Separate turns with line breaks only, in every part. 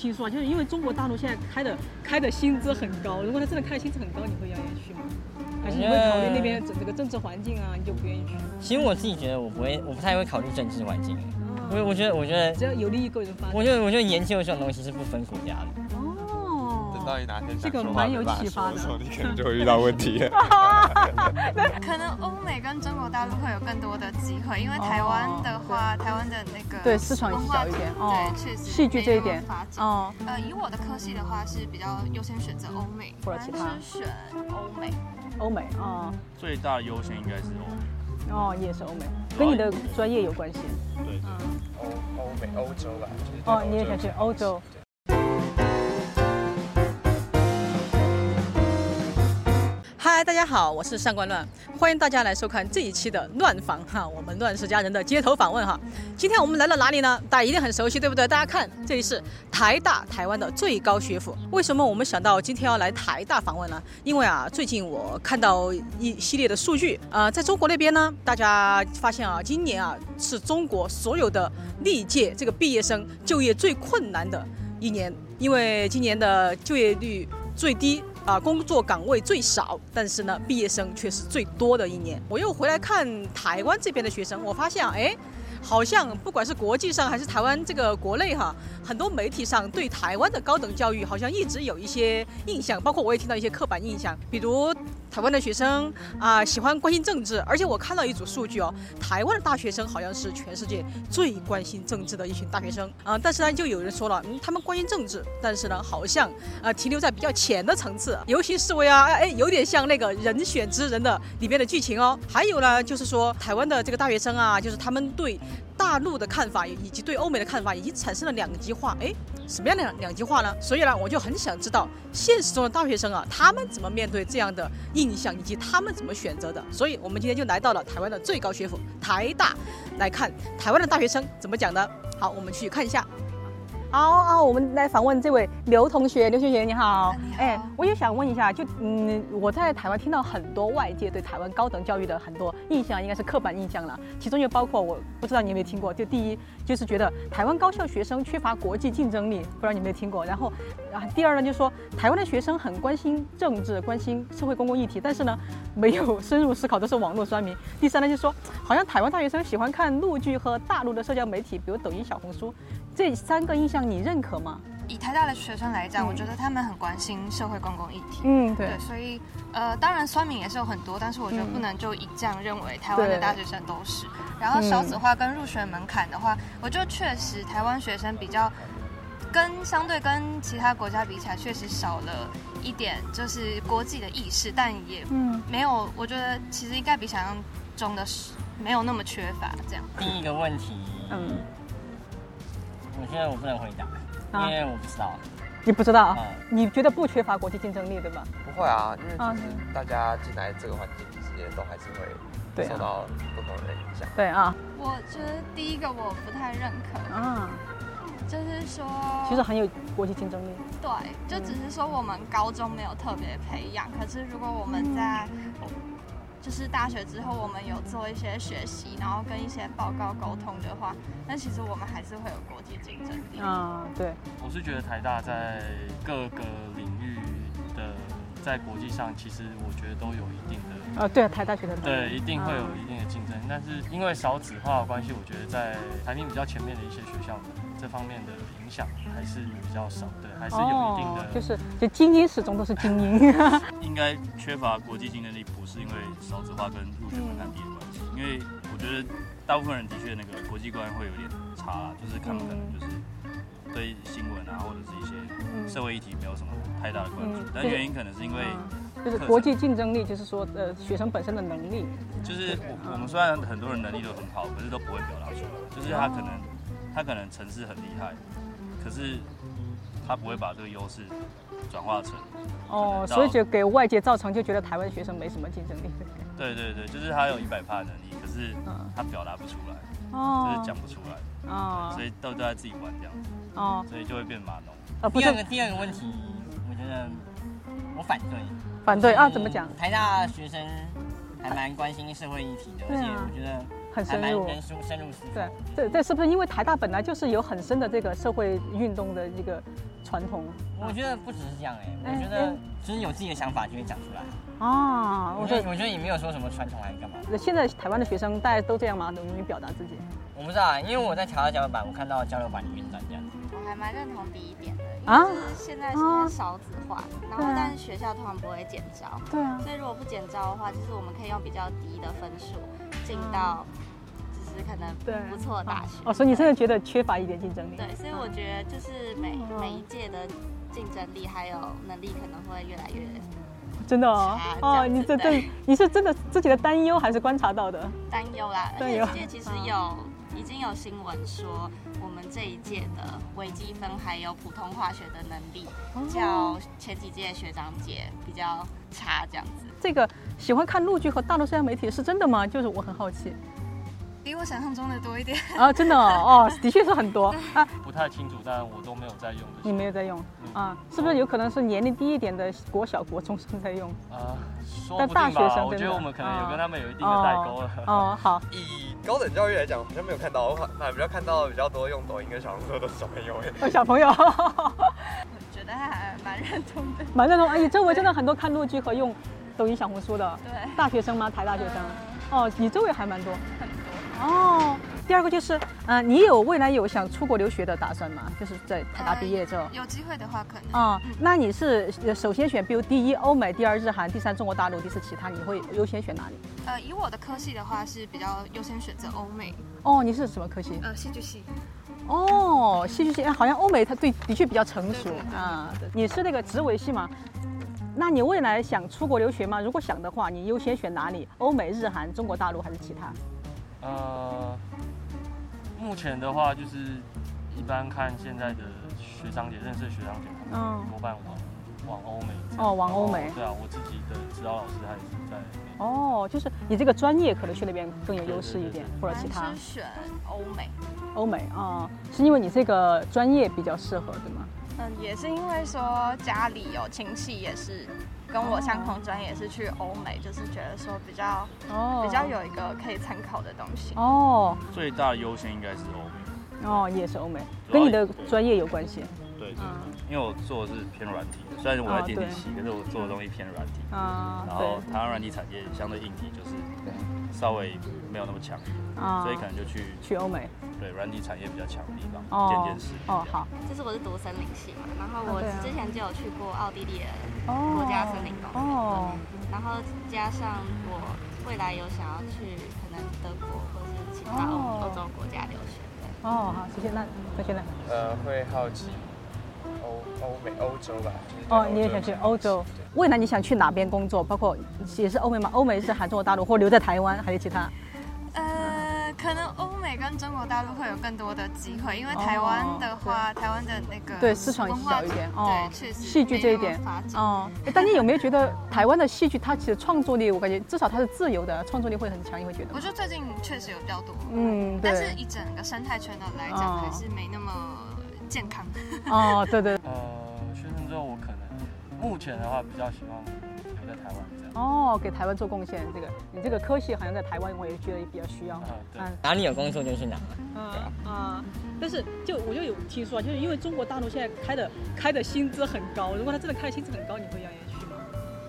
听说，就是因为中国大陆现在开的开的薪资很高，如果他真的开的薪资很高，你会愿意去吗？还是你会考虑那边整这个政治环境啊，你就不愿意去？
其实我自己觉得我不会，我不太会考虑政治环境，因为
啊，
我觉得，我觉得，
只要有利益够人发展。
我觉得，我觉得研究这种东西是不分国家的。
等到
哦，
你哪天
这
想
个
说话
蛮有
没办法
启发
说的时候，
的
你可能就会遇到问 题。
可能欧美跟中国大陆会有更多的机会，因为台湾的话，台湾的那个
哦对市场
文化
小一点
对，
哦
确实
戏剧这一点
没那么发展。
哦，
呃，以我的科系的话，是比较优先选择欧美，
或者其他
是选欧美。
欧美哦
最大的优先应该是欧美，
哦，也是欧美，跟你的专业有关系。嗯
对对。
欧欧美欧洲吧，就是在
哦，你也
欧洲
想去欧洲？
嗨，大家好，我是上官乱，欢迎大家来收看这一期的《乱访》哈，我们乱世佳人的街头访问哈。今天我们来到哪里呢？大家一定很熟悉，对不对？大家看，这里是台大，台湾的最高学府。为什么我们想到今天要来台大访问呢？因为啊，最近我看到一系列的数据啊、呃在中国那边呢，大家发现啊，今年啊是中国所有的历届这个毕业生就业最困难的一年，因为今年的就业率最低。啊，工作岗位最少，但是呢，毕业生却是最多的一年。我又回来看台湾这边的学生，我发现啊，哎，好像不管是国际上还是台湾这个国内哈，很多媒体上对台湾的高等教育好像一直有一些印象，包括我也听到一些刻板印象，比如台湾的学生啊、喜欢关心政治，而且我看到一组数据哦，台湾的大学生好像是全世界最关心政治的一群大学生啊、但是呢，就有人说了，嗯，他们关心政治，但是呢，好像啊停留在比较浅的层次，游行示威啊，哎，哎有点像那个《人选之人》的里面的剧情哦。还有呢，就是说台湾的这个大学生啊，就是他们对大陆的看法以及对欧美的看法已经产生了两极化，哎，什么样的两两极化呢？所以啊呢，我就很想知道现实中的大学生啊，他们怎么面对这样的印象，以及他们怎么选择的。所以我们今天就来到了台湾的最高学府台大，来看台湾的大学生怎么讲呢？好，我们去看一下。好啊，我们来访问这位刘同学，刘学姐你好
啊你好
哎，我也想问一下，就嗯，我在台湾听到很多外界对台湾高等教育的很多印象，应该是刻板印象了，其中就包括我不知道你有没有听过，就第一就是觉得台湾高校学生缺乏国际竞争力，不知道你有没有听过，然后啊，第二呢就是说台湾的学生很关心政治，关心社会公共议题，但是呢没有深入思考，都是网络酸民。第三呢就是说，好像台湾大学生喜欢看陆剧和大陆的社交媒体，比如抖音、小红书，这三个印象你认可吗？
以台大的学生来讲，
嗯
我觉得他们很关心社会公共议题。
嗯，
对，所以呃，当然酸民也是有很多，但是我觉得
嗯
不能就一这样认为台湾的
对
大学生都是。然后
嗯
少子化跟入学门槛的话，我觉得确实台湾学生比较跟相对跟其他国家比起来，确实少了一点就是国际的意识，但也
嗯
没有，我觉得其实应该比想象中的是没有那么缺乏这样。
第一个问题，
嗯，
我觉得我不能回答，
啊
因为我不知道。
你不知道啊
嗯？
你觉得不缺乏国际竞争力对吧？
不会啊，因为
啊
其实大家进来这个环境之间都还是
对
会
啊
受到不同的影响。
对啊，
我觉得第一个我不太认可，
啊，
就是说，
其实很有国际竞争力。
对，就只是说我们高中没有特别培
嗯
养，可是如果我们在就是大学之后，我们有做一些学习，然后跟一些报告沟通的话，那其实我们还是会有国际竞争力。
啊，对，
我是觉得台大在各个领域的在国际上，其实我觉得都有一定的，
啊，对，台大学的
对，一定会有一定的竞争。但是因为少子化的关系，我觉得在排名比较前面的一些学校，这方面的影响还是比较少，对，还是有一定的，
哦就是就精英始终都是精英。
应该缺乏国际竞争力，不是因为少子化跟入学门槛低的关系，因为我觉得大部分人的确那个国际观会有点差啦，就是他们可能就是对新闻啊或者是一些社会议题没有什么太大的关注
嗯，
但原因可能是因为
啊就是国际竞争力，就是说呃学生本身的能力，
就是我我们虽然很多人能力都很好，可是都不会表达出来，就是他可能他可能城市很厉害，可是他不会把这个优势转化成
哦，
可能到
所以就给外界造成就觉得台湾学生没什么竞争力。
对对对，就是他有一百趴能力，可是
嗯
他表达不出来，就是
哦
讲不出来。
啊
所以都都在自己玩这样子，
哦
所以就会变码农。
啊，不
第二
是
个第二个问题，我觉得我反对。
反对啊？怎么讲？
台大学生还蛮关心社会议题的，
对啊
而且我觉得
很
还
深
蛮
入。
跟深深入思考。
对，这这是不是因为台大本来就是有很深的这个社会运动的一个传统
我觉得不只是这样哎、
哎
我觉得就是有自己的想法就会讲出来。
啊？
我
我
觉
觉
得我觉得也没有说什么传统还是干嘛，
得现在台湾的学生大家都这样吗？勇于表达自己？
我不知道啊，因为我在调到交流版，我看到交流版里面长这样子。
我还蛮认同第一点的，因
啊
为就是现在是
啊
少子化，然后
对啊
但是学校通常不会减招，
对啊，
所以如果不减招的话，就是我们可以用比较低的分数进到，就是可能
嗯对
不错的大学。
哦，所以你真的觉得缺乏一点竞争力？
对，所以我觉得就是每每一届的竞争力还有能力可能会越来越
真的哦
是啊，
哦，
这样子
你这这
对
你是真的自己的担忧还是观察到的？
担忧嗯啦。而
担
且
忧
这届其实有已经有新闻说，我们这一届的微积分还有普通化学的能力，较前几届学长姐比较差这样子。
这个喜欢看陆剧和大陆社交媒体是真的吗？就是我很好奇
比我想象中的多一点。
啊，真的哦，哦的确是很多啊，
不太清楚，但我都没有在用这
你
些。
没有在用啊？是不是有可能是年龄低一点的国小国中生在用？
啊，说
但
不
大
定
学
吧，
生
我觉
真
得
的啊
我们可能有跟他们有一定的代沟
哦
了。
哦，好，
以高等教育来讲，好像没有看到，我反反而比较看到比较多用抖音跟小红书的小朋友 哎。
哦小朋友
我觉得还蛮认同的。
蛮认同，哎，周围真的很多看陆剧和用抖音、小红书的
对，嗯
大学生吗？台大学生？哦，你周围还蛮多
很多。
哦。第二个就是，呃，你有未来有想出国留学的打算吗？就是在台大毕业之后。
呃有机会的话，可能
哦，那你是呃首先选，比如第一欧美，第二日韩，第三中国大陆，第四其他，你会优先选哪里？
呃，以我的科系的话，是比较优先选择欧美，
哦，你是什么科系？
呃，戏剧系。
哦，戏剧系，哎好像欧美它对的确比较成熟
对对对
啊。你是那个职委系吗？那你未来想出国留学吗？如果想的话，你优先选哪里？欧美、日韩、中国大陆还是其他？
呃，目前的话就是一般看现在的学长姐认识的学长姐，
嗯
多半往往欧美这样。
哦，往欧美
然后。对啊，我自己的指导老师他也是在美国。
哦，就是你这个专业可能去那边更有优势一点，或者其他
是选欧美，
欧美啊、是因为你这个专业比较适合，对吗？
嗯，也是因为说家里有亲戚也是跟我相同专业，也是去欧美，就是觉得说比较
哦
比较有一个可以参考的东西。
哦
最大的优先应该是欧美，
哦，也是欧美，
主要
跟你的
对
专业有关系。
对，对因为我做的是偏软体的，虽然我在电机系，可是我做的东西偏软体。
啊，
然后
哦对，
台湾软体产业相对硬体就是稍微没有那么强一点，
啊
所以可能就去
去欧美。
对软体产业比较强的地方，见
哦
见识。
哦，好。
就是我是读森林系嘛，然后
啊
我
对啊
之前就有去过奥地利的
哦
国家森林公园，
哦，
然后加上我未来有想要去可能德国或是其他
哦
欧欧洲国家留学。对
哦，好，谢谢。那那现在，
呃，会好奇欧欧美欧洲吧。就是对
哦，
洲
你也想去欧洲？未来你想去哪边工作？包括也是欧美吗？欧美是韩中国大陆，或留在台湾，还有其他？
呃，可能
哦
欧美跟中国大陆会有更多的机会，因为台湾的话，台湾的那个
对，市场
文化
小一点。哦
对，，确实
戏剧这一点
没那么发。展
哦，诶但你有没有觉得台湾的戏剧它其实创作力，我感觉至少它是自由的，创作力会很强，你会觉得吗？
我觉得最近确实有比较多，
嗯，
但是
对。
以整个生态圈的来
哦
讲，还是没那么健康。
哦，对对。对
呃，学生之后我可能目前的话比较喜欢留在台湾这样。
哦，给台湾做贡献，这个你这个科系好像在台湾，我也觉得比较需要。
啊，对。
哪里有工作就去哪。
啊啊！但是就我就有听说啊，就是因为中国大陆现在开的开的薪资很高，如果他真的开的薪资很高，你会愿意去吗？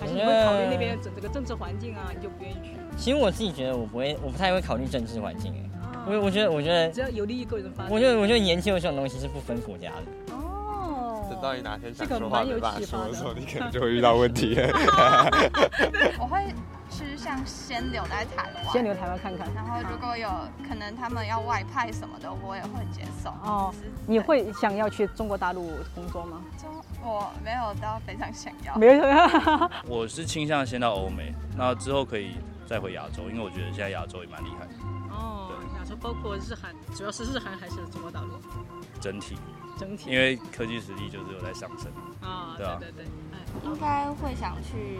还是你会考虑那边整这个政治环境啊，你就不愿意去？
其实我自己觉得我不会，我不太会考虑政治环境哎、我我觉得我觉
只
得
要有利益个人发展。
我觉得我觉得研究这种东西是不分国家的。
哦
等到你哪天想
这个
说话
蛮有
没办法
启发的
说的时候，你可能就会遇到问题。
我会趋向先留在台湾，
先留台湾看看。
然后如果有可能他们要外派什么的，我也会接受。
哦
就是，
你会想要去中国大陆工作 吗？
对中我没有到非常想要，
没有，哦
我是倾向先到欧美，那之后可以再回亚洲，因为我觉得现在亚洲也蛮厉害的，
哦，亚洲包括日韩，主要是日韩还是中国大陆
整体，
整体
因为科技实力就是有在上升。
啊？
对啊
对对，哎，
应该会想去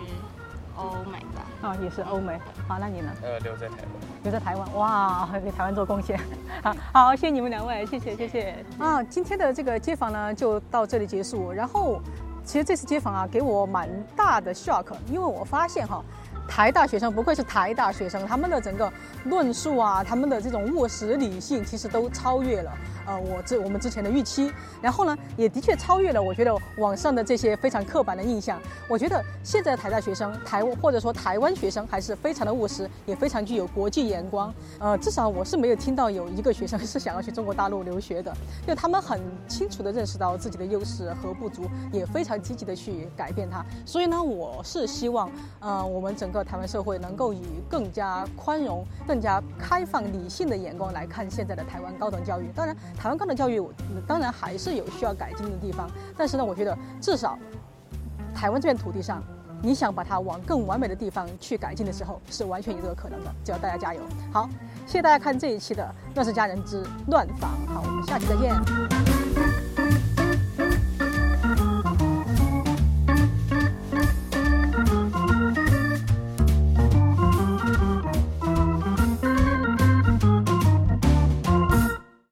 欧美吧。
啊，也是欧美。好，那你呢？
呃，留在台湾。
留在台湾，哇， 给台湾做贡献。好，好，谢谢你们两位，谢谢，谢谢。啊，今天的这个街访呢，就到这里结束。然后，其实这次街访啊，给我蛮大的 shock，因为我发现哈，台大学生不愧是台大学生，他们的整个论述啊，他们的这种务实理性，其实都超越了呃我之我们之前的预期。然后呢，也的确超越了我觉得网上的这些非常刻板的印象。我觉得现在的台大学生，台或者说台湾学生，还是非常的务实，也非常具有国际眼光。呃，至少我是没有听到有一个学生是想要去中国大陆留学的，就他们很清楚的认识到自己的优势和不足，也非常积极的去改变它。所以呢，我是希望，呃，我们整个台湾社会能够以更加宽容、更加开放、理性的眼光来看现在的台湾高等教育。当然，台湾高等教育我当然还是有需要改进的地方，但是呢，我觉得至少台湾这片土地上。你想把它往更完美的地方去改进的时候，是完全有这个可能的。只要大家加油。好，谢谢大家看这一期的《乱世佳人之乱访》。好，我们下期再见。